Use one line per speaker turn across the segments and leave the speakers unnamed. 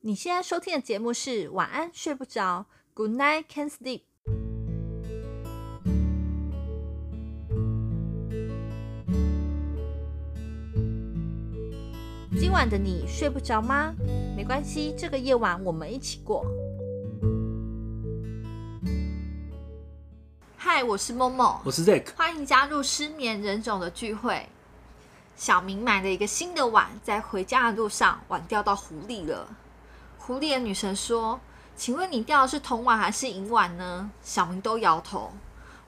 你现在收听的节目是《晚安睡不着》，Good night can't sleep。今晚的你睡不着吗？没关系，这个夜晚我们一起过。嗨，我是默默，
我是 Zack，
欢迎加入失眠人种的聚会。小明买了一个新的碗，在回家的路上，碗掉到湖里了。湖里的女神说：“请问你掉的是铜碗还是银碗呢？”小明都摇头。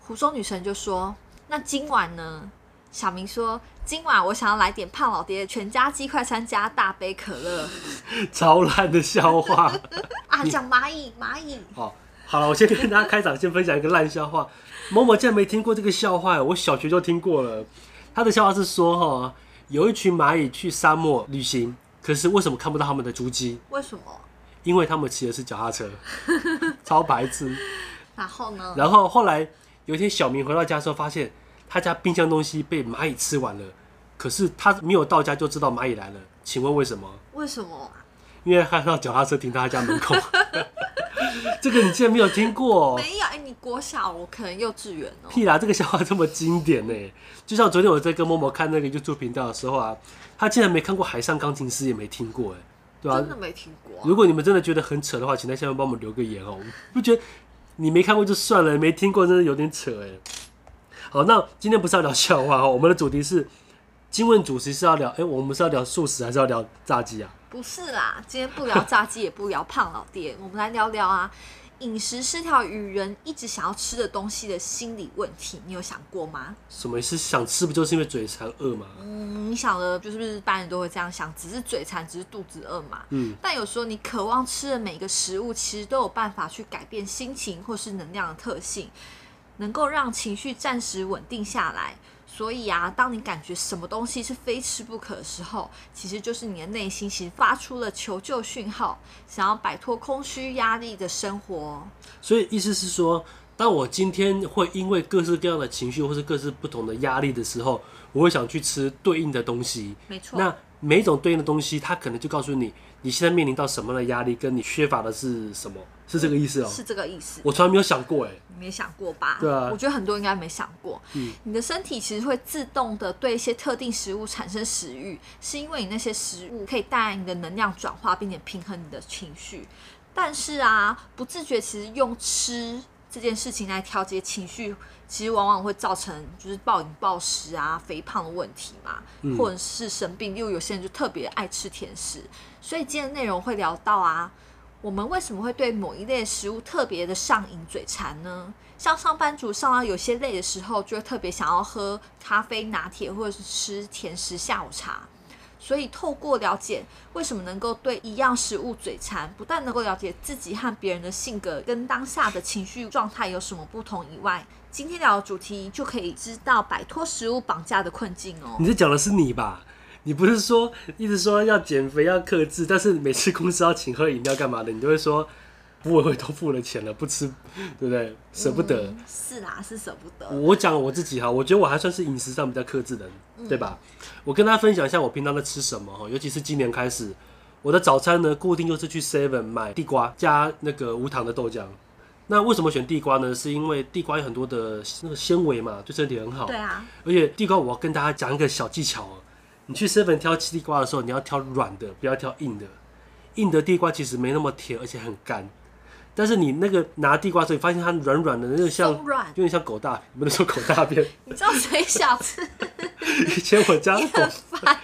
湖中女神就说：“那今晚呢？”小明说：“今晚我想要来点胖老爹的全家鸡快餐加大杯可乐
超烂的笑话。
啊！”讲蚂蚁，蚂蚁
哦，好了，我先跟大家开场，先分享一个烂笑话。某某竟然没听过这个笑话，我小学就听过了。他的笑话是说，哈，有一群蚂蚁去沙漠旅行，可是为什么看不到他们的足迹？
为什么？
因为他们骑的是脚踏车，超白痴。
然后呢？
然后后来有一天，小明回到家的时候，发现他家冰箱东西被蚂蚁吃完了，可是他没有到家就知道蚂蚁来了，请问为什么？
为什么？
因为看到脚踏车停他家门口。 这个你竟然没有听过、哦？
没有哎、你国小，我可能幼稚园哦。
屁啦！这个笑话这么经典呢、就像昨天我在跟默默看那个 YouTube 频道的时候啊，他竟然没看过《海上钢琴师》，也没听过哎、对吧、
真的没听过啊、
如果你们真的觉得很扯的话，请在下面帮我们留个言哦、我不觉得你没看过就算了，没听过真的有点扯哎、好，那今天不是要聊笑话哦，我们的主题是今问主题是要聊，哎、我们是要聊素食还是要聊炸鸡啊？
不是啦，今天不聊炸鸡，也不聊胖老爹，我们来聊聊啊，饮食失调与人一直想要吃的东西的心理问题，你有想过吗？
什么是想吃不就是因为嘴馋饿吗？
嗯，你想的就是不是一般人都会这样想，只是嘴馋，只是肚子饿嘛。
嗯，
但有时候你渴望吃的每个食物，其实都有办法去改变心情或是能量的特性，能够让情绪暂时稳定下来。所以啊，当你感觉什么东西是非吃不可的时候，其实就是你的内心其实发出了求救讯号，想要摆脱空虚压力的生活。
所以意思是说，当我今天会因为各式各样的情绪或是各式不同的压力的时候，我会想去吃对应的东西。
没错，
那每一种对应的东西，它可能就告诉你你现在面临到什么样的压力，跟你缺乏的是什么，是这个意思哦、
是这个意思。
我从来没有想过哎、
你没想过吧？
对啊
我觉得很多人应该没想过。
嗯
你的身体其实会自动的对一些特定食物产生食欲，是因为你那些食物可以带来你的能量转化，并且平衡你的情绪。但是啊，不自觉其实用吃这件事情来调节情绪，其实往往会造成就是暴饮暴食啊、肥胖的问题嘛，
嗯
或者是生病。例如有些人就特别爱吃甜食，所以今天的内容会聊到啊，我们为什么会对某一类食物特别的上瘾、嘴馋呢？像上班族上到有些累的时候，就会特别想要喝咖啡、拿铁或者是吃甜食下午茶。所以，透过了解为什么能够对一样食物嘴馋，不但能够了解自己和别人的性格跟当下的情绪状态有什么不同以外，今天聊的主题就可以知道摆脱食物绑架的困境哦。
你这讲的是你吧？你不是说一直说要减肥要克制，但是每次公司要请喝饮料干嘛的，你都会说服委会都付了钱了，不吃，对不对？舍不得。
嗯是啦，是舍不得。
我讲我自己哈，我觉得我还算是饮食上比较克制的人，
嗯
对吧？我跟大家分享一下我平常在吃什么哈，尤其是今年开始，我的早餐呢固定就是去 Seven 买地瓜加那个无糖的豆浆。那为什么选地瓜呢？是因为地瓜有很多的那个纤维嘛，对身体很好
对。啊，
而且地瓜，我要跟大家讲一个小技巧哦。你去 seven 挑地瓜的时候，你要挑软的，不要挑硬的。硬的地瓜其实没那么甜，而且很干。但是你那个拿地瓜的时候，你发现它软软的，那个像
松软
有点像狗大，不能说狗 大便。
你知道谁想吃？
以前我家
你
狗
很烦。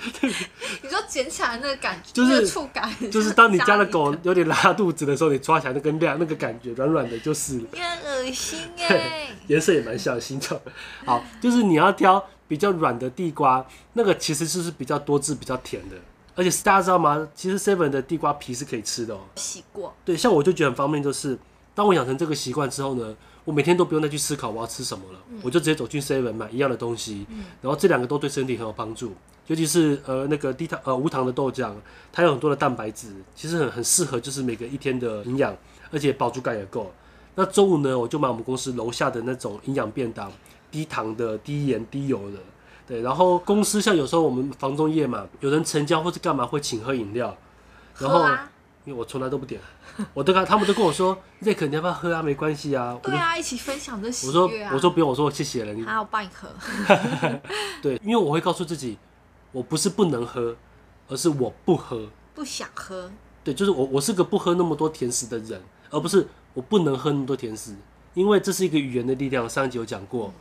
你说捡起来那个感觉，
就是
那个触感，
就是当你家 的狗有点拉肚子的时候，你抓起来那个量那个感觉软软的，就是了。
你很恶心哎、
颜色也蛮像心跳。好，就是你要挑比较软的地瓜，那个其实就是比较多汁、比较甜的。而且大家知道吗？其实 Seven 的地瓜皮是可以吃的哦、
洗过，
对，像我就觉得很方便，就是当我养成这个习惯之后呢，我每天都不用再去思考我要吃什么了，我就直接走进 Seven 买一样的东西，然后这两个都对身体很有帮助，尤其是呃那个低糖呃无糖的豆浆，它有很多的蛋白质，其实很很适合就是每个一天的营养，而且饱足感也够。那中午呢，我就买我们公司楼下的那种营养便当，低糖的、低盐、低油的。对，然后公司像有时候我们房中夜嘛，有人成交或是干嘛会请喝饮料，然后
喝啊，
因为我从来都不点，我都跟他他们都跟我说，Zack 你要不要喝啊？没关系啊。我
对
就
啊，一起分享这喜
我说
悦啊。
我说不用，我说谢谢了你。
啊，我帮你喝。
对，因为我会告诉自己，我不是不能喝，而是我不喝。
不想喝，
对，就是我我是个不喝那么多甜食的人，而不是我不能喝那么多甜食，因为这是一个语言的力量。上一集有讲过，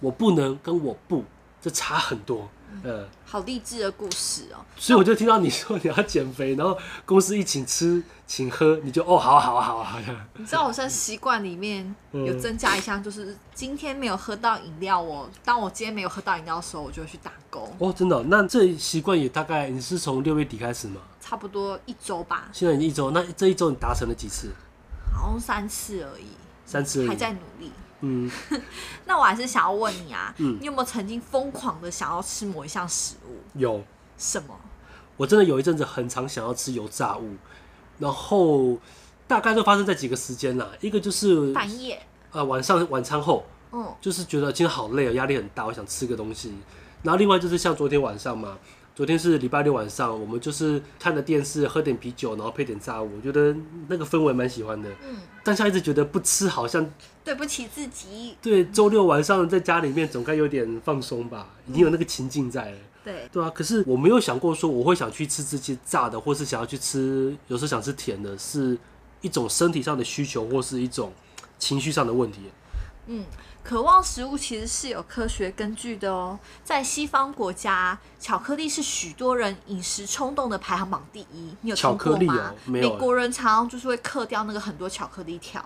我不能跟我不，这差很多。呃，
好励志的故事哦。
所以我就听到你说你要减肥，然后公司一请吃请喝，你就哦，好啊好啊好啊好啊，
你知道我现在习惯里面
嗯
有增加一项，就是今天没有喝到饮料哦。当我今天没有喝到饮料的时候，我就会去打勾，
哦，真的哦、那这习惯也大概你是从六月底开始吗？
差不多一周吧，
现在已经一周，那这一周你达成了几次？
好像三次而已，
三次而
还
已。
在努力。
嗯，
那我还是想要问你啊，你有没有曾经疯狂的想要吃某一项食物？
有。
什么？
我真的有一阵子很常想要吃油炸物，然后大概就发生在几个时间啦，一个就是
半夜？
呃晚上晚餐后，
嗯，
就是觉得今天好累哦，压力很大，我想吃个东西。然后另外就是像昨天晚上嘛，昨天是礼拜六晚上，我们就是看着电视，喝点啤酒，然后配点炸物，我觉得那个氛围蛮喜欢的。
嗯，
当下一直觉得不吃好像
对不起自己。
对周六晚上在家里面总该有点放松吧，已经有那个情境在了。
对，
对啊，可是我没有想过说我会想去吃这些炸的，或是想要去吃，有时候想吃甜的，是一种身体上的需求，或是一种情绪上的问题。
渴望食物其实是有科学根据的哦。在西方国家，巧克力是许多人饮食冲动的排行榜第一。你有听
巧克
过
力
吗
哦？没有
美国人常常就是会嗑掉那个很多巧克力条。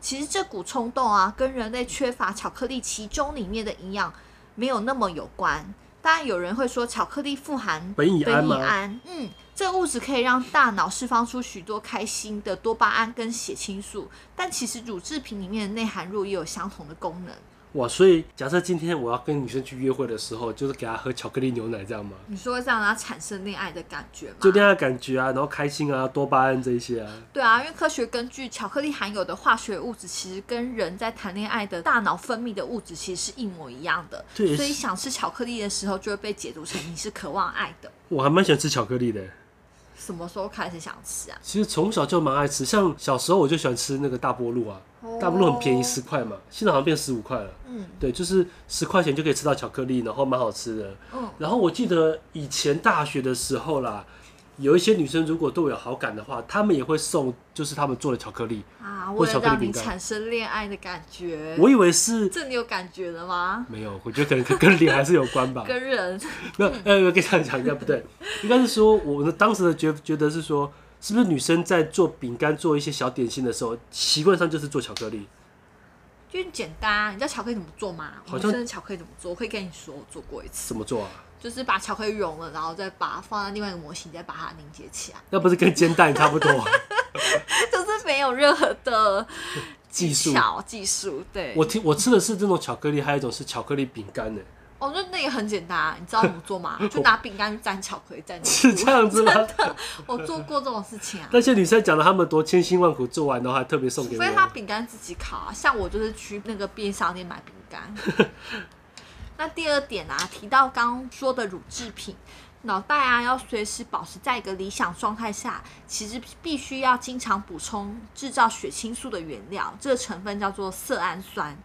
其实这股冲动啊，跟人类缺乏巧克力其中里面的营养没有那么有关。当然，有人会说巧克力富含
苯乙胺
苯乙
吗
胺，嗯，这个物质可以让大脑释放出许多开心的多巴胺跟血清素，但其实乳制品里面的内含物也有相同的功能。
哇，所以假设今天我要跟女生去约会的时候，就是给她喝巧克力牛奶这样吗？
你说会让她产生恋爱的感觉吗？
就恋爱感觉啊，然后开心啊，多巴胺这一些啊。
对啊，因为科学根据巧克力含有的化学物质，其实跟人在谈恋爱的大脑分泌的物质其实是一模一样的，
对
所以想吃巧克力的时候，就会被解读成你是渴望爱的。
我还蛮喜欢吃巧克力的，
什么时候开始想吃啊？
其实从小就蛮爱吃，像小时候我就喜欢吃那个大波露啊，大波露很便宜，十块嘛，现在好像变十五块了。
哦嗯
对，就是十块钱就可以吃到巧克力，然后蛮好吃的。
嗯，
然后我记得以前大学的时候啦，有一些女生如果对我有好感的话，她们也会送就是她们做的巧克力。
啊，
或
为
巧
了
克力
让你
饼干
产生恋爱的感觉，
我以为是
这你有感觉了吗？
没有，我觉得可能跟 跟脸还是有关吧。
跟人，
没有，呃，跟这样讲应该不对，应该是说我的当时的觉觉得是说，是不是女生在做饼干、做一些小点心的时候，习惯上就是做巧克力？
就很简单啊，你知道巧克力怎么做吗？
好像
女生的巧克力怎么做？我可以跟你说，我做过一次，
怎么做啊？
就是把巧克力融了，然后再把它放在另外一个模型，再把它凝结起来，
那不是跟煎蛋差不 多？啊
就是没有任何的
技术
技巧技术。对，
我听我吃的是这种巧克力，还有一种是巧克力饼干 呢，
哦，那那也很简单啊，你知道怎么做吗？ 就拿饼干去沾巧克力，沾进去
是这样子吗？
我做过这种事情啊。
那些女生讲了他们多千辛万苦做完，然后还特别送
除
给
非他
我。
饼干自己烤啊，像我就是去那个便利商店买饼 干。那第二点啊，提到刚刚说的乳制品，脑袋啊要随时保持在一个理想状态下，其实必须要经常补充制造血清素的原料，这个成分叫做色氨酸。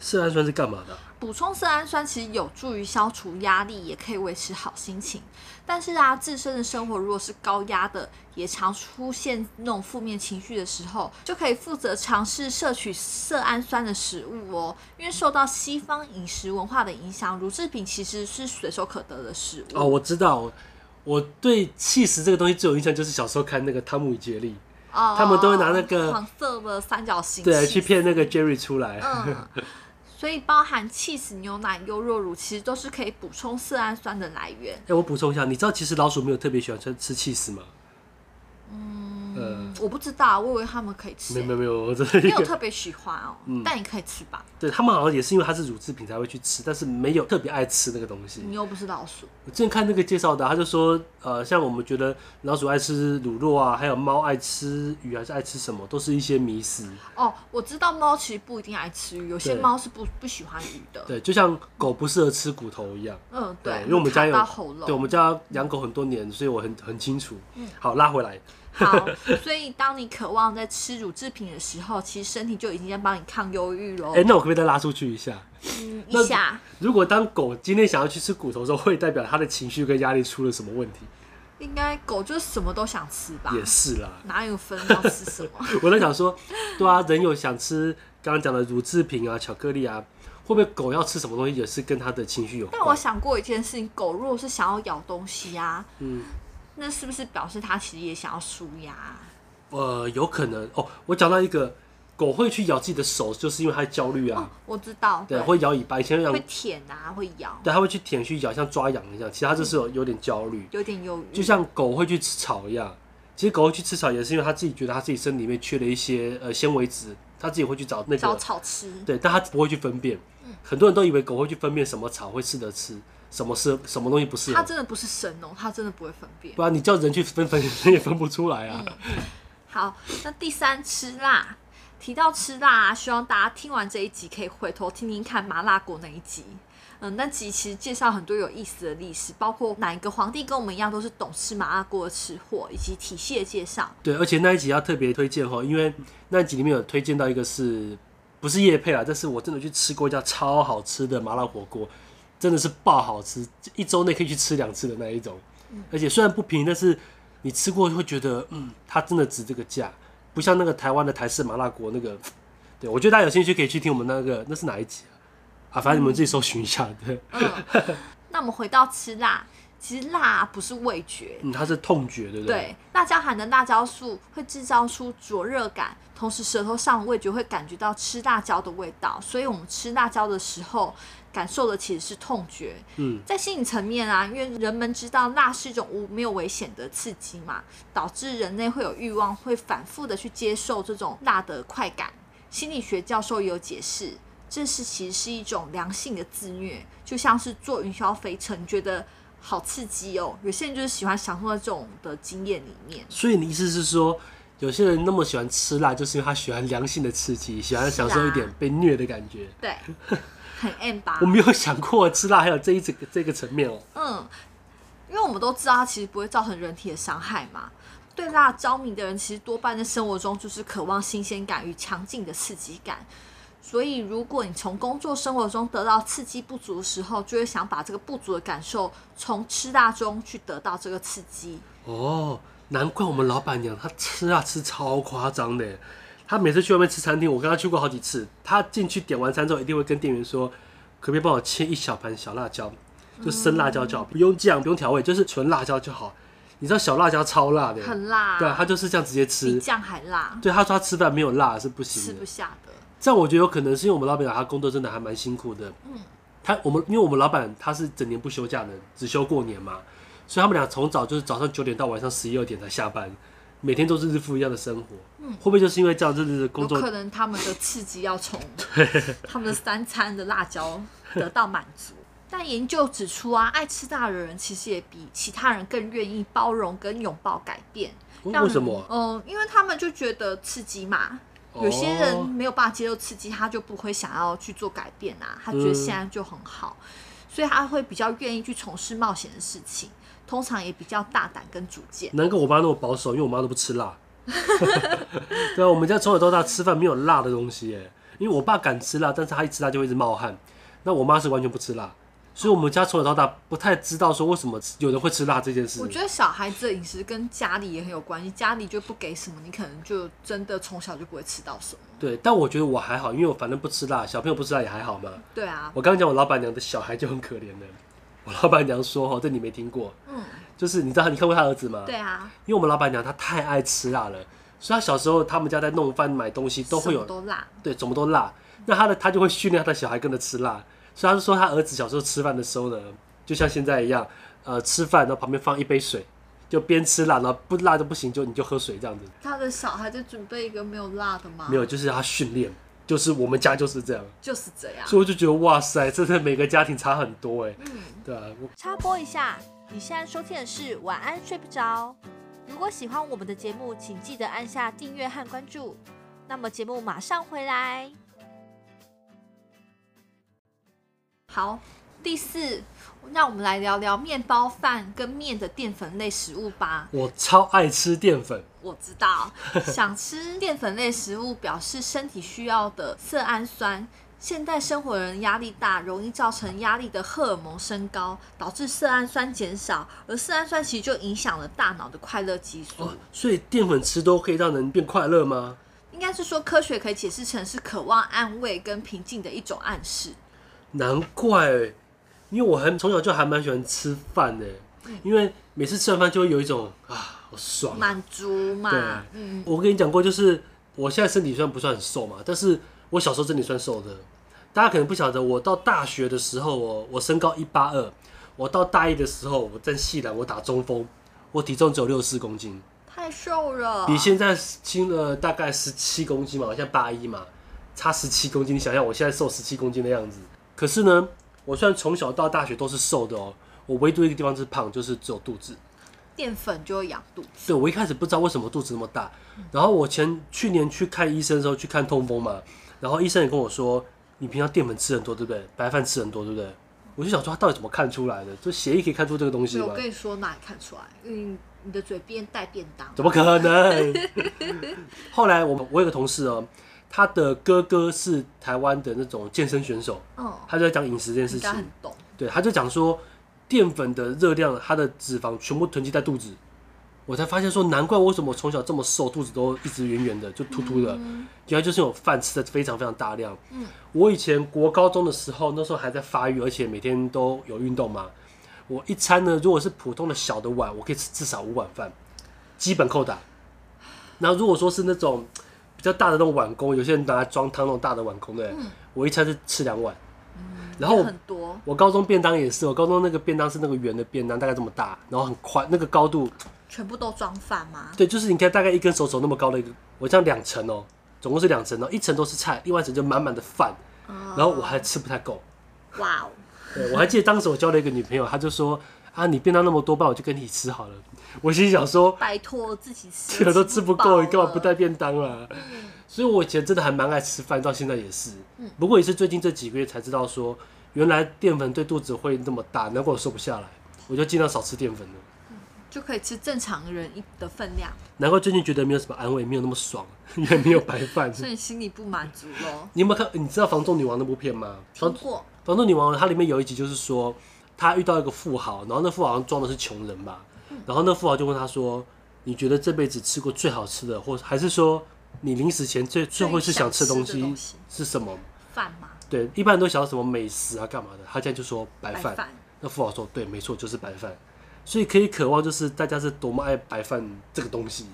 色氨酸是干嘛的啊？
补充色氨酸其实有助于消除压力，也可以维持好心情。但是啊，自身的生活如果是高压的，也常出现那种负面情绪的时候，就可以负责尝试摄取色氨酸的食物哦。因为受到西方饮食文化的影响，乳制品其实是随手可得的食物。
哦，我知道，我对气食这个东西最有印象就是小时候看那个《汤姆与杰利》，
哦
他们都会拿那个嗯
黄色的三角形
对，
起
去
司
骗那个 Jerry 出来。
嗯，所以包含 cheese、牛奶、优酪乳，其实都是可以补充色氨酸的来源。
哎、我补充一下，你知道其实老鼠没有特别喜欢吃吃气食吗？嗯，呃，
我不知道，我以为他们可以吃、
没
欸
有没有没有，我真的
没
一
有
个，
特别喜欢哦，
嗯
但你可以吃吧，
对他们好像也是因为它是乳制品才会去吃，但是没有特别爱吃那个东西。
你又不是老鼠，
我之前看那个介绍的啊，他就说，呃，像我们觉得老鼠爱吃乳酪啊，还有猫爱吃鱼，还是爱吃什么，都是一些迷思。
哦，我知道猫其实不一定爱吃鱼，有些
对
猫是不不喜欢鱼的。
对，就像狗不适合吃骨头一样。
嗯，
对，
对，
因为我们家
卡
有
到喉，嗯
对，我
咙。
们家养狗很多年，所以我很很清楚。好，拉回来，
好，所以当你渴望在吃乳制品的时候，其实身体就已经在帮你抗忧郁喽
哎、。那我可不可以再拉出去一下？
嗯，
那
哦一下
如果当狗今天想要去吃骨头的时候，会代表它的情绪跟压力出了什么问题？
应该狗就是什么都想吃吧？
也是啦。
哪有分要吃什么？
我在想说，对啊，人有想吃刚刚讲的乳制品啊、巧克力啊，会不会狗要吃什么东西也是跟它的情绪有
但我
关？
想过一件事情，狗如果是想要咬东西啊，
嗯，
那是不是表示它其实也想要舒压啊？
呃，有可能哦。我讲到一个，狗会去咬自己的手，就是因为它焦虑
哦
啊，，
我知道，
对，会咬尾巴。以前养
会舔啊，会咬，
对，它会去舔去咬，像抓痒一样。其实
嗯
它就是有有点焦虑，
有点忧郁。
就像狗会去吃草一样。其实狗会去吃草，也是因为它自己觉得它自己身体里面缺了一些呃纤维质，它自己会去找那
找
个
草吃，
对，但它不会去分辨。很多人都以为狗会去分辨什么草会适合吃，什么是什么东西不适
它
合。
真的不是神哦，它真的不会分辨。
不然你叫人去分分，人也分不出来啊。
好，那第三吃辣。提到吃辣、啊，希望大家听完这一集可以回头听听看麻辣锅那一集。嗯，那集其实介绍很多有意思的历史，包括哪一个皇帝跟我们一样都是懂吃麻辣锅的吃货，以及体系的介绍。
对，而且那一集要特别推荐哈，因为那一集里面有推荐到一个是不是叶配啊？但是我真的去吃过一家超好吃的麻辣火锅，真的是爆好吃，一周内可以去吃两次的那一种。而且虽然不便宜，但是你吃过会觉得，嗯，它真的值这个价，不像那个台湾的台式麻辣锅那个。对，我觉得大家有兴趣可以去听我们那个那是哪一集啊？啊，反正你们自己搜寻一下。对，
那我们回到吃辣，其实辣不是味觉，
嗯，它是痛觉，对不对？
对，辣椒含的辣椒素会制造出灼热感，同时舌头上味觉会感觉到吃辣椒的味道，所以我们吃辣椒的时候感受的其实是痛觉。
嗯，
在心理层面啊，因为人们知道辣是一种无没有危险的刺激嘛，导致人类会有欲望，会反复的去接受这种辣的快感。心理学教授也有解释，这是其实是一种良性的自虐，就像是坐云霄飞车，你觉得好刺激哦。有些人就是喜欢享受在这种的经验里面，
所以你意思是说，有些人那么喜欢吃辣，就是因为他喜欢良性的刺激，喜欢享受一点被虐的感觉。
对，很 M 吧
我？没有想过吃辣还有这一整个这个层面哦、
嗯，因为我们都知道它其实不会造成人体的伤害嘛。对辣着迷的人，其实多半在生活中就是渴望新鲜感与强劲的刺激感。所以，如果你从工作生活中得到刺激不足的时候，就会想把这个不足的感受从吃辣中去得到这个刺激。
哦，难怪我们老板娘她吃辣吃超夸张的耶，她每次去外面吃餐厅，我跟她去过好几次，她进去点完餐之后，一定会跟店员说，可不可以帮我切一小盘小辣椒，就生辣椒就好，不用酱，不用调味，就是纯辣椒就好。你知道小辣椒超辣的耶，
很辣，
对啊，她就是这样直接
比
吃。
酱还辣，
对，她说她吃饭没有辣是不行
吃
的
不。下的。
这样我觉得有可能是因为我们老板娘她工作真的还蛮辛苦的。嗯，她我们因为我们老板他是整年不休假的，只休过年嘛，所以他们俩从早就是早上九点到晚上十一二点才下班，每天都是日复一样的生活。嗯，会不会就是因为这样，就是工
有
作
可能他们的刺激要 从他们的三餐的辣椒得到满足。但研究指出啊，爱吃辣的人其实也比其他人更愿意包容跟拥抱改变。让
为什么啊？
嗯、因为他们就觉得刺激嘛。有些
哦
人没有办法接受刺激，他就不会想要去做改变啊，他
嗯
觉得现在就很好，所以他会比较愿意去从事冒险的事情，通常也比较大胆跟主见。
难怪我妈那么保守，因为我妈都不吃辣。 对啊，我们家从小到大吃饭没有辣的东西耶，因为我爸敢吃辣，但是他一吃辣就会一直冒汗。那我妈是完全不吃辣，所以我们家从小到大不太知道说为什么有人会吃辣这件事。
我觉得小孩子的饮食跟家里也很有关系，家里就不给什么，你可能就真的从小就不会吃到什么。
对，但我觉得我还好，因为我反正不吃辣，小朋友不吃辣也还好嘛。
对啊，
我刚刚讲我老板娘的小孩就很可怜的，我老板娘说哈，哦这你没听过，
嗯，
就是你知道你看过她儿子吗？
对，啊，
因为我们老板娘她太爱吃辣了，所以她小时候他们家在弄饭买东西都会
什
有
么，都辣，
对，什么都辣。那她的她就会训练她的小孩跟着吃辣，所以她就说她儿子小时候吃饭的时候呢，就像现在一样，呃，吃饭然后旁边放一杯水，就边吃辣，然后不辣就不行，就你就喝水这样子。
他的小孩在准备一个没有辣的吗？
没有，，就是她训练，就是我们家就是这样。
就是这样。嗯
所以我就觉得哇塞，真的每个家庭差很多哎。对啊，我
插播一下，你现在收听的是《晚安睡不着》。如果喜欢我们的节目，请记得按下订阅和关注。那么节目马上回来。好，第四，让我们来聊聊面包饭跟面的淀粉类食物吧。
我超爱吃淀粉，
我知道，想吃淀粉类食物，表示身体需要的色氨酸。现代生活人压力大，容易造成压力的荷尔蒙升高，导致色氨酸减少，而色氨酸其实就影响了大脑的快乐激素。
哦所以淀粉吃都可以让人变快乐吗？
应该是说，科学可以解释成是渴望安慰跟平静的一种暗示。
难怪，欸因为我很从小就还蛮喜欢吃饭的，因为每次吃完饭就会有一种啊，好爽啊。
满足嘛
对，
嗯，
我跟你讲过，就是我现在身体虽然不算很瘦嘛，但是我小时候真的算瘦的。大家可能不晓得，我到大学的时候，哦我我身高一八二，我到大一的时候，我在系篮，我打中锋，我体重只有六四公斤，
太瘦了，
比现在轻了大概十七公斤嘛，我现在八一嘛，差十七公斤，你想想我现在瘦十七公斤的样子。可是呢，我虽然从小到大学都是瘦的哦，我唯独一个地方是胖，就是只有肚子。
淀粉就会养肚子。
对，我一开始不知道为什么肚子那么大，然后我前去年去看医生的时候去看痛风嘛，然后医生也跟我说，你平常淀粉吃很多，对不对？白饭吃很多，对不对？我就想说他到底怎么看出来的？就血液可以看出这个东西
所以我
吗？
跟你说，哪里看出来？嗯，你的嘴边带便当，
怎么可能？ 后来我们我有个同事哦，他的哥哥是台湾的那种健身选手，
嗯，
他就在讲饮食这件事
应该很
情，
懂。
对，他就讲说淀粉的热量，它的脂肪全部囤积在肚子。我才发现说，难怪为什么我从小这么瘦，肚子都一直圆圆的，就凸凸的。原来就是有饭吃的非常非常大量。
嗯
我以前国高中的时候，那时候还在发育，而且每天都有运动嘛。我一餐呢，如果是普通的小的碗，我可以吃至少五碗饭，基本扣打。然后如果说是那种比较大的那种碗公，有些人拿来装汤那种大的碗公的，我一餐是吃两碗。然后
嗯也
我
很多，
我高中便当也是，我高中那个便当是那个圆的便当，大概这么大，然后很宽，那个高度，
全部都装饭吗？
对，就是你看大概一根手肘那么高的一个，我这样两层哦，总共是两层哦，一层都是菜，另外一层就满满的饭，
啊
然后我还吃不太够。
哇哦，
对，我还记得当时我交了一个女朋友，她就说啊，你便当那么多，不然我就跟你一起吃好了。我心里想说，
拜托自己 吃，
这个都吃不够，你干嘛
饱啊嗯
不
了？
带便当啦、所以我以前真的还蛮爱吃饭，到现在也是。
嗯
不过也是最近这几个月才知道说，原来淀粉对肚子会那么大，难怪我瘦不下来，我就尽量少吃淀粉了。
就可以吃正常人一的分量，
难怪最近觉得没有什么安慰，没有那么爽， 也没有白饭。
所以心里不满足咯。
你有没有看？你知道《房仲女王》那部片吗？
听
房
过，
房东女王它里面有一集就是说，她遇到一个富豪，然后那富豪好像装的是穷人吧，然后那富豪就问她说：“你觉得这辈子吃过最好吃的，或还是说你临死前最最后一次想吃的东
最想吃的
西
东西
是什么
饭嘛，？”
对，一般人都想到什么美食啊干嘛的，他现在就说白
白
饭。
饭，
那富豪说：“对，没错，就是白饭。”所以可以渴望就是大家是多么爱白饭这个东西。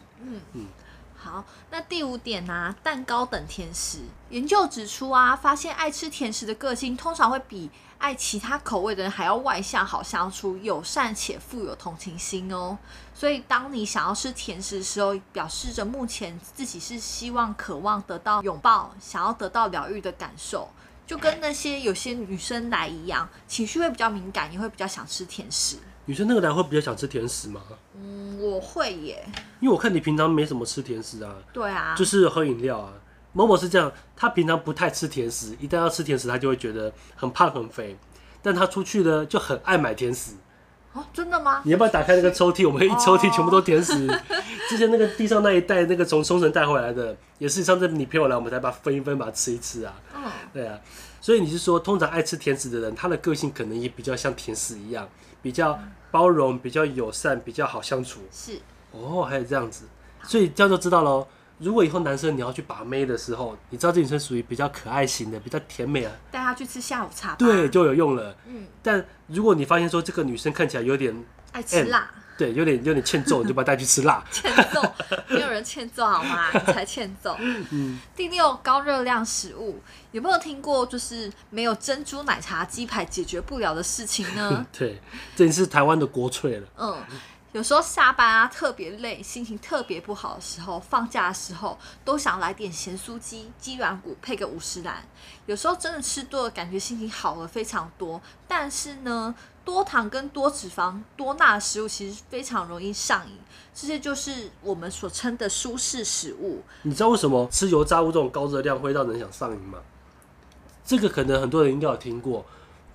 好，那第五点呢、蛋糕等甜食。研究指出啊，发现爱吃甜食的个性通常会比爱其他口味的人还要外向、好相处、友善且富有同情心哦。所以，当你想要吃甜食的时候，表示着目前自己是希望、渴望得到拥抱，想要得到疗愈的感受。就跟那些有些女生来一样，情绪会比较敏感，也会比较想吃甜食。
女生那个男会比较想吃甜食吗？
嗯，我会耶。
因为我看你平常没什么吃甜食啊。
对啊，
就是喝饮料啊。某某是这样，他平常不太吃甜食，一旦要吃甜食，他就会觉得很胖很肥。但他出去呢，就很爱买甜食。
哦，真的吗？
你要不要打开那个抽屉？我们一 抽屉全部都甜食。之前那个地上那一袋，那个从冲绳带回来的，也是上次你陪我来，我们才把它分一分，把它吃一吃啊。
嗯，
对啊，所以你是说，通常爱吃甜食的人，他的个性可能也比较像甜食一样，比较包容，比较友善，比较好相处。
是。
哦，还有这样子，所以这样就知道喽。如果以后男生你要去把妹的时候，你知道这女生属于比较可爱型的，比较甜美啊，
带他去吃下午茶吧。
对，，就有用了。
嗯，
但如果你发现说这个女生看起来有点，哎
爱吃辣，
对，有点有点欠揍，你就把她带去吃 辣。
欠揍，没有人欠揍好吗？你才欠揍。嗯，第六，高热量食物，有没有听过就是没有珍珠奶茶、鸡排解决不了的事情呢？
对，这已经是台湾的国粹了。
嗯，有时候下班啊特别累，心情特别不好的时候，放假的时候都想来点咸酥鸡、鸡软骨配个五十兰。有时候真的吃多了，感觉心情好了非常多。但是呢，多糖跟多脂肪、多钠的食物其实非常容易上瘾，这些就是我们所称的舒适食物。
你知道为什么吃油炸物这种高热量会让人想上瘾吗？这个可能很多人应该有听过。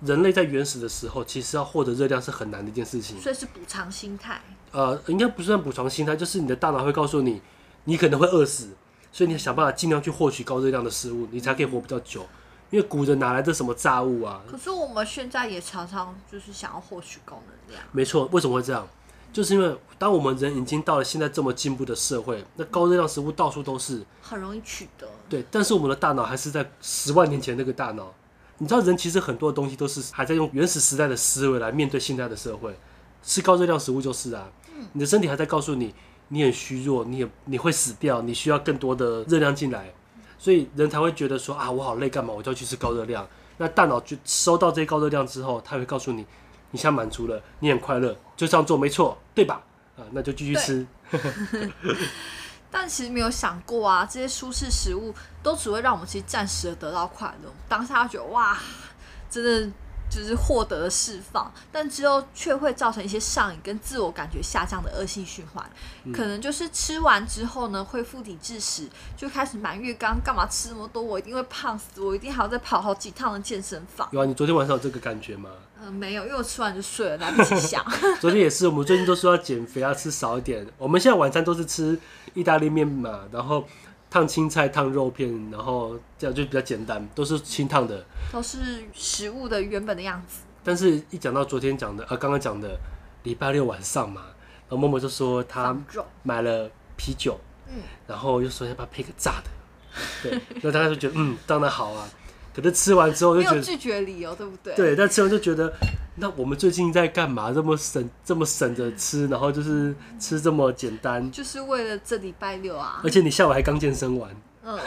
人类在原始的时候，其实要获得热量是很难的一件事情。
所以是补偿心态。
呃，应该不算补偿心态，就是你的大脑会告诉你，你可能会饿死，所以你想办法尽量去获取高热量的食物，你才可以活比较久。因为古人哪来的什么炸物啊？
可是我们现在也常常就是想要获取高能量，
没错，为什么会这样？就是因为当我们人已经到了现在这么进步的社会，那高热量食物到处都是。
很容易取得。
对，但是我们的大脑还是在十万年前那个大脑。你知道，人其实很多东西都是还在用原始时代的思维来面对现在的社会。吃高热量食物就是啊，你的身体还在告诉你，你很虚弱，你也你会死掉，你需要更多的热量进来，所以人才会觉得说啊，我好累，干嘛我就要去吃高热量？那大脑就收到这些高热量之后，它会告诉你，你现在满足了，你很快乐，就这样做没错，对吧？啊，那就继续
对
吃。
但其实没有想过啊，这些舒适食物都只会让我们其实暂时的得到快乐，当下觉得哇，真的就是获得了释放，但之后却会造成一些上瘾跟自我感觉下降的恶性循环。
嗯
可能就是吃完之后呢，会腹体致食，就开始满月刚干嘛吃那么多，我一定会胖死，我一定还要再跑好几趟的健身房。
有啊，你昨天晚上有这个感觉吗？
嗯、没有，因为我吃完就睡了，来不及想。
昨天也是，我们最近都说要减肥，啊要吃少一点。我们现在晚餐都是吃意大利面嘛，然后烫青菜、烫肉片，然后这样就比较简单，都是清烫的。
都是食物的原本的样子。
但是，一讲到昨天讲的，呃，刚刚讲的礼拜六晚上嘛，然后默默就说她
放纵
买了啤酒，
嗯，
然后又说要不要配个炸的，对，那大家就觉得嗯，当然好啊。可是吃完之后
没
就觉
有
得，
拒绝理由，对不对？
对，但吃完就觉得，那我们最近在干嘛？这么省，这么省着吃，然后就是吃这么简单。
就是为了这礼拜六啊
而，且你下午还刚健身完，
嗯，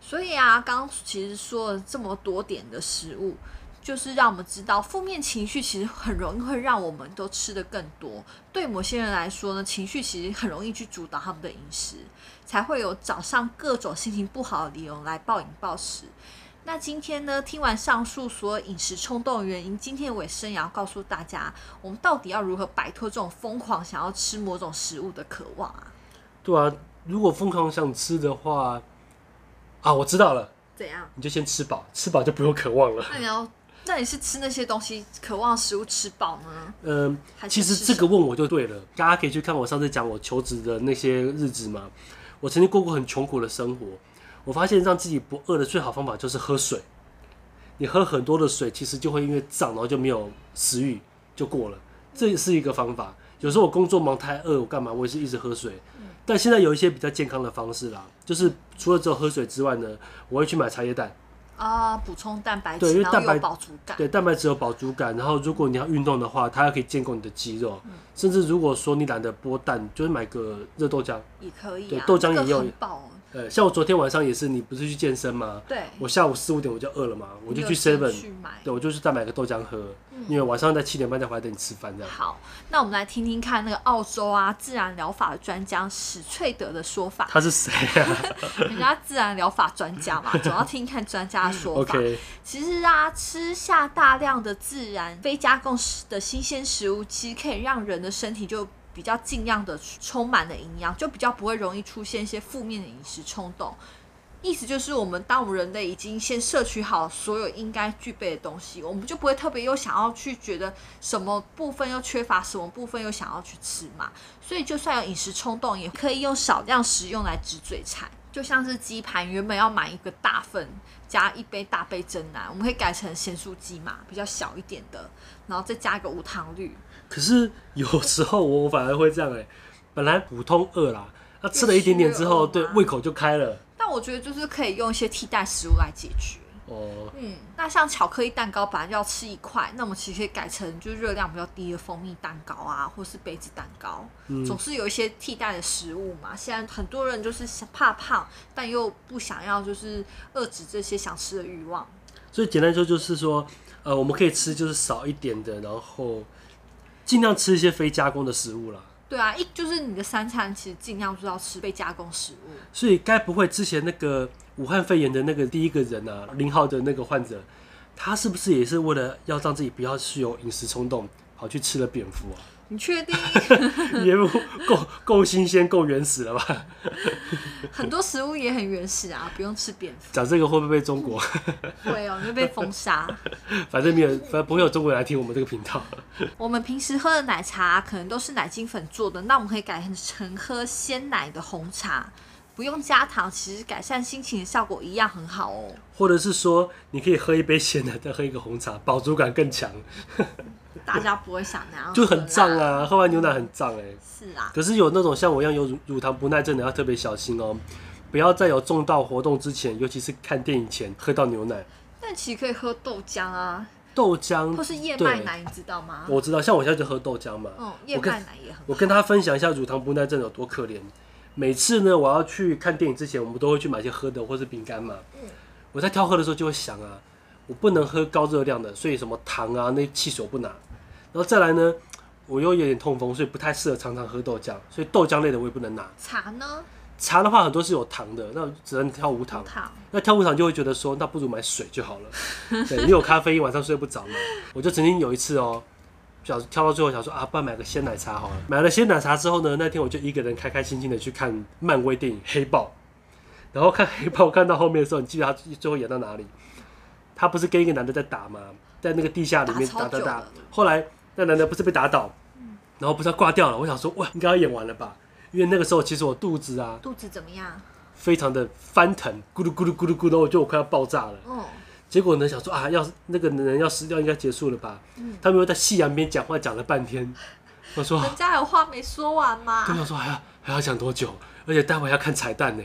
所以啊，刚刚其实说了这么多点的食物，就是让我们知道负面情绪其实很容易会让我们都吃的更多。对某些人来说呢，情绪其实很容易去主导他们的饮食，才会有早上各种心情不好的理由来暴饮暴食。那今天呢，听完上述所有饮食冲动的原因，今天尾声也要告诉大家，我们到底要如何摆脱这种疯狂想要吃某种食物的渴望啊？
对啊，如果疯狂想吃的话，啊，我知道了，
怎样？
你就先吃饱，吃饱就不用渴望了。
那你要，那你是吃那些东西，渴望食物吃饱呢？
嗯，
还是
其实
吃
这个问我就对了，大家可以去看我上次讲我求职的那些日子嘛。我曾经过过很穷苦的生活，我发现让自己不饿的最好方法就是喝水。你喝很多的水，其实就会因为胀，然后就没有食欲，就过了。这也是一个方法。有时候我工作忙太饿，我干嘛？我也是一直喝水。但现在有一些比较健康的方式啦，就是除了只有喝水之外呢，我会去买茶叶蛋。
啊，补充蛋白
对
质，
因为
然后
蛋白
有饱足感。
对，蛋白质有饱足感，然后如果你要运动的话，它还可以建构你的肌肉。
嗯
甚至如果说你懒得剥蛋，就是买个热豆浆。
也可以
对
啊，
豆浆
这个
也有
很饱哦。
呃，像我昨天晚上也是，你不是去健身吗？
对，
我下午四五点我就饿了嘛，我就
你有
去
先
Seven，
去买。嗯
对我就是再买个豆浆喝，因为晚上在七点半再回来等你吃饭这样。
好，那我们来听听看那个澳洲啊自然疗法的专家史翠德的说 法，
他是谁 啊
人家自然疗法专家嘛，总要听听看专家的说法。
？OK，
其实啊，吃下大量的自然非加工食的新鲜食物，其实可以让人的身体就比较尽量的充满了营养，就比较不会容易出现一些负面的饮食冲动。意思就是，我们当我们人类已经先摄取好所有应该具备的东西，我们就不会特别又想要去觉得什么部分又缺乏，什么部分又想要去吃嘛。所以就算有饮食冲动，也可以用少量食用来止嘴馋。就像是鸡排，原本要买一个大份加一杯大杯真奶，我们可以改成咸酥鸡嘛，比较小一点的，然后再加一个无糖绿。
可是有时候我反而会这样哎、本来普通饿啦，那吃了一点点之后，
有虚
对
饿吗
胃口就开了。
但我觉得就是可以用一些替代食物来解决。
哦，
嗯，那像巧克力蛋糕本来要吃一块，那我们其实可以改成就是热量比较低的蜂蜜蛋糕啊，或是杯子蛋糕，总是有一些替代的食物嘛。现在很多人就是想怕胖，但又不想要就是遏制这些想吃的欲望。
所以简单说就是说，呃，我们可以吃就是少一点的，然后尽量吃一些非加工的食物啦。
对啊，一就是你的三餐其实尽量就是要吃被加工食物。
所以该不会之前那个武汉肺炎的那个第一个人啊，零号的那个患者，他是不是也是为了要让自己不要是有饮食冲动，跑去吃了蝙蝠啊？
你确定？
也不够够新鲜、够原始了吧？
很很多食物也很原始啊，不用吃蝙 蝠。
讲这个会不会被中国？
会哦，你会被封杀。
反正没有，反正不会有中国人来听我们这个频道。
我们平时喝的奶茶可能都是奶精粉做的，那我们可以改成喝鲜奶的红茶，不用加糖，其实改善心情的效果一样很好 哦。
或者是说，你可以喝一杯鲜奶，再喝一个红茶，饱足感更强，
大家不会想那样，
就很胀。啊！喝完牛奶很胀哎、
是啊，
可是有那种像我一样有乳乳糖不耐症的，要特别小心哦，不要在有重大活动之前，尤其是看电影前喝到牛奶、
但其实可以喝豆浆 啊，
豆浆
或是燕
对
麦奶，你知道吗？
我知道，像我现在就喝豆浆嘛。
嗯，
我
燕
跟
麦奶也很
我跟大家分享一下乳糖不耐症有多可怜。每次呢，我要去看电影之前，我们都会去买一些喝的或是饼干嘛。
嗯
我在挑喝的时候就会想啊，我不能喝高热量的，所以什么糖啊、那汽水我不拿。然后再来呢，我又有点痛风，所以不太适合常常喝豆浆，所以豆浆类的我也不能拿。
茶呢，
茶的话很多是有糖的，那我只能挑无糖
无。糖。
那跳舞场就会觉得说，那不如买水就好 了。对，因为我咖啡因晚上睡不着嘛。我就曾经有一次哦、想跳到最后想说啊，不然买个鲜奶茶好了。买了鲜奶茶之后呢，那天我就一个人开开心心的去看漫威电影《黑豹》，然后看《黑豹》看到后面的时候，你记得他最后演到哪里？他不是跟一个男的在打吗？在那个地下里面
打
打
超
打
久
打
的，
后来那男的不是被打倒，然后不是要挂掉了？我想说哇，应该要演完了吧？因为那个时候其实我肚子啊
肚子怎么样？
非常的翻腾，咕噜咕噜咕噜咕噜，我觉得我快要爆炸了。
嗯，
结果呢，想说啊，要那个人要死掉，应该结束了吧？他们又在夕阳边讲话，讲了半天。我说，
人家有话没说完嘛
跟。我说还要还要讲多久？而且待会要看彩蛋呢，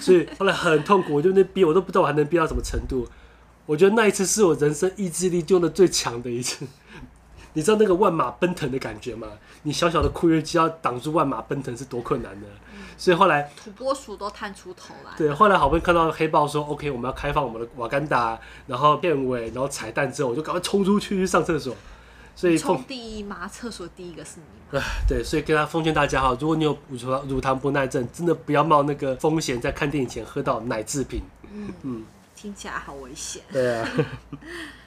所以后来很痛苦，我就那憋，我都不知道我还能憋到什么程度。我觉得那一次是我人生意志力用的最强的一次。你知道那个万马奔腾的感觉吗？你小小的括约肌要挡住万马奔腾是多困难的。所以后来
土拨鼠都探出头来。
对，后来好不容易看到黑豹说 OK，我们要开放我们的瓦干达，然后片尾，然后彩蛋之后，我就赶快冲出去去上厕所。所以奉
冲第一吗？厕所第一个是你吗？
唉对，所以跟他奉劝大家哈，如果你有乳糖乳糖不耐症，真的不要冒那个风险，在看电影前喝到奶制品。
听起来好危险。
对啊。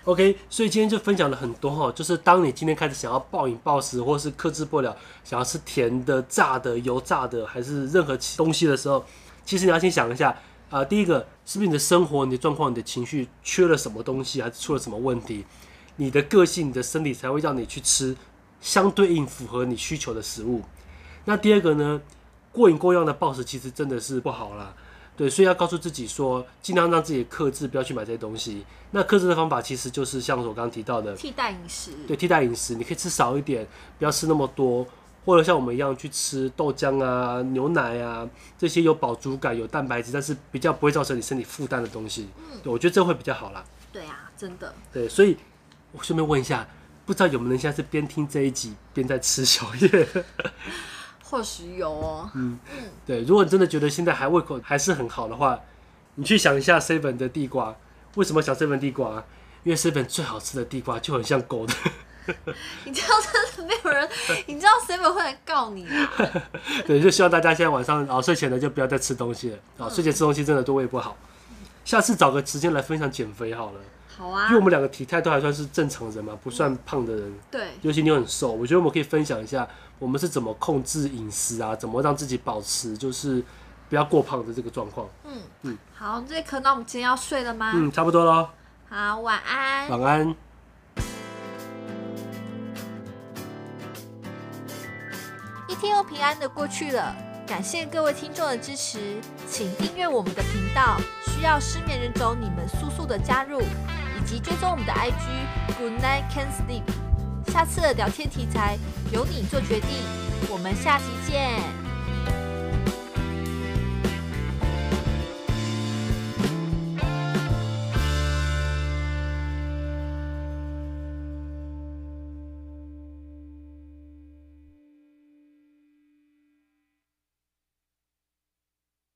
OK，所以今天就分享了很多哈，就是当你今天开始想要暴饮暴食，或是克制不了，想要吃甜的、炸的、油炸的，还是任何其东西的时候，其实你要先想一下啊、第一个是不是你的生活、你的状况、你的情绪缺了什么东西，还是出了什么问题？你的个性、你的身体才会让你去吃相对应符合你需求的食物。那第二个呢，过瘾过量的暴食其实真的是不好啦。对，所以要告诉自己说，尽量让自己克制，不要去买这些东西。那克制的方法其实就是像我刚刚提到的，
替代饮食，
对，替代饮食，你可以吃少一点，不要吃那么多，或者像我们一样去吃豆浆啊、牛奶啊这些有饱足感、有蛋白质，但是比较不会造成你身体负担的东西。对，我觉得这会比较好啦。
对啊，真的。
对，所以我顺便问一下，不知道有没有人现在是边听这一集边在吃宵夜？
或许有哦，
对，如果你真的觉得现在还胃口还是很好的话，你去想一下 seven 的地瓜，为什么想 seven 地瓜？因为 seven 最好吃的地瓜就很像狗的，
你知道真的没有人，你知道 seven 会来告你啊？
对，就希望大家现在晚上啊睡前呢就不要再吃东西了啊，睡前吃东西真的对胃不好。下次找个时间来分享减肥好了，
好啊
因为，我们两个体态都还算是正常人嘛，不算胖的人，
对，
尤其你又很瘦，我觉得我们可以分享一下我们是怎么控制饮食啊，怎么让自己保持就是不要过胖的这个状况。
好，这可那我们今天要睡了吗？
嗯，差不多咯，
好，晚安。
晚安。
一天又平安的过去了，感谢各位听众的支持，请订阅我们的频道，需要失眠人种你们速速的加入，以及追踪我们的 IG Good Night Can Sleep。下次的聊天题材由你做决定，我们下期见。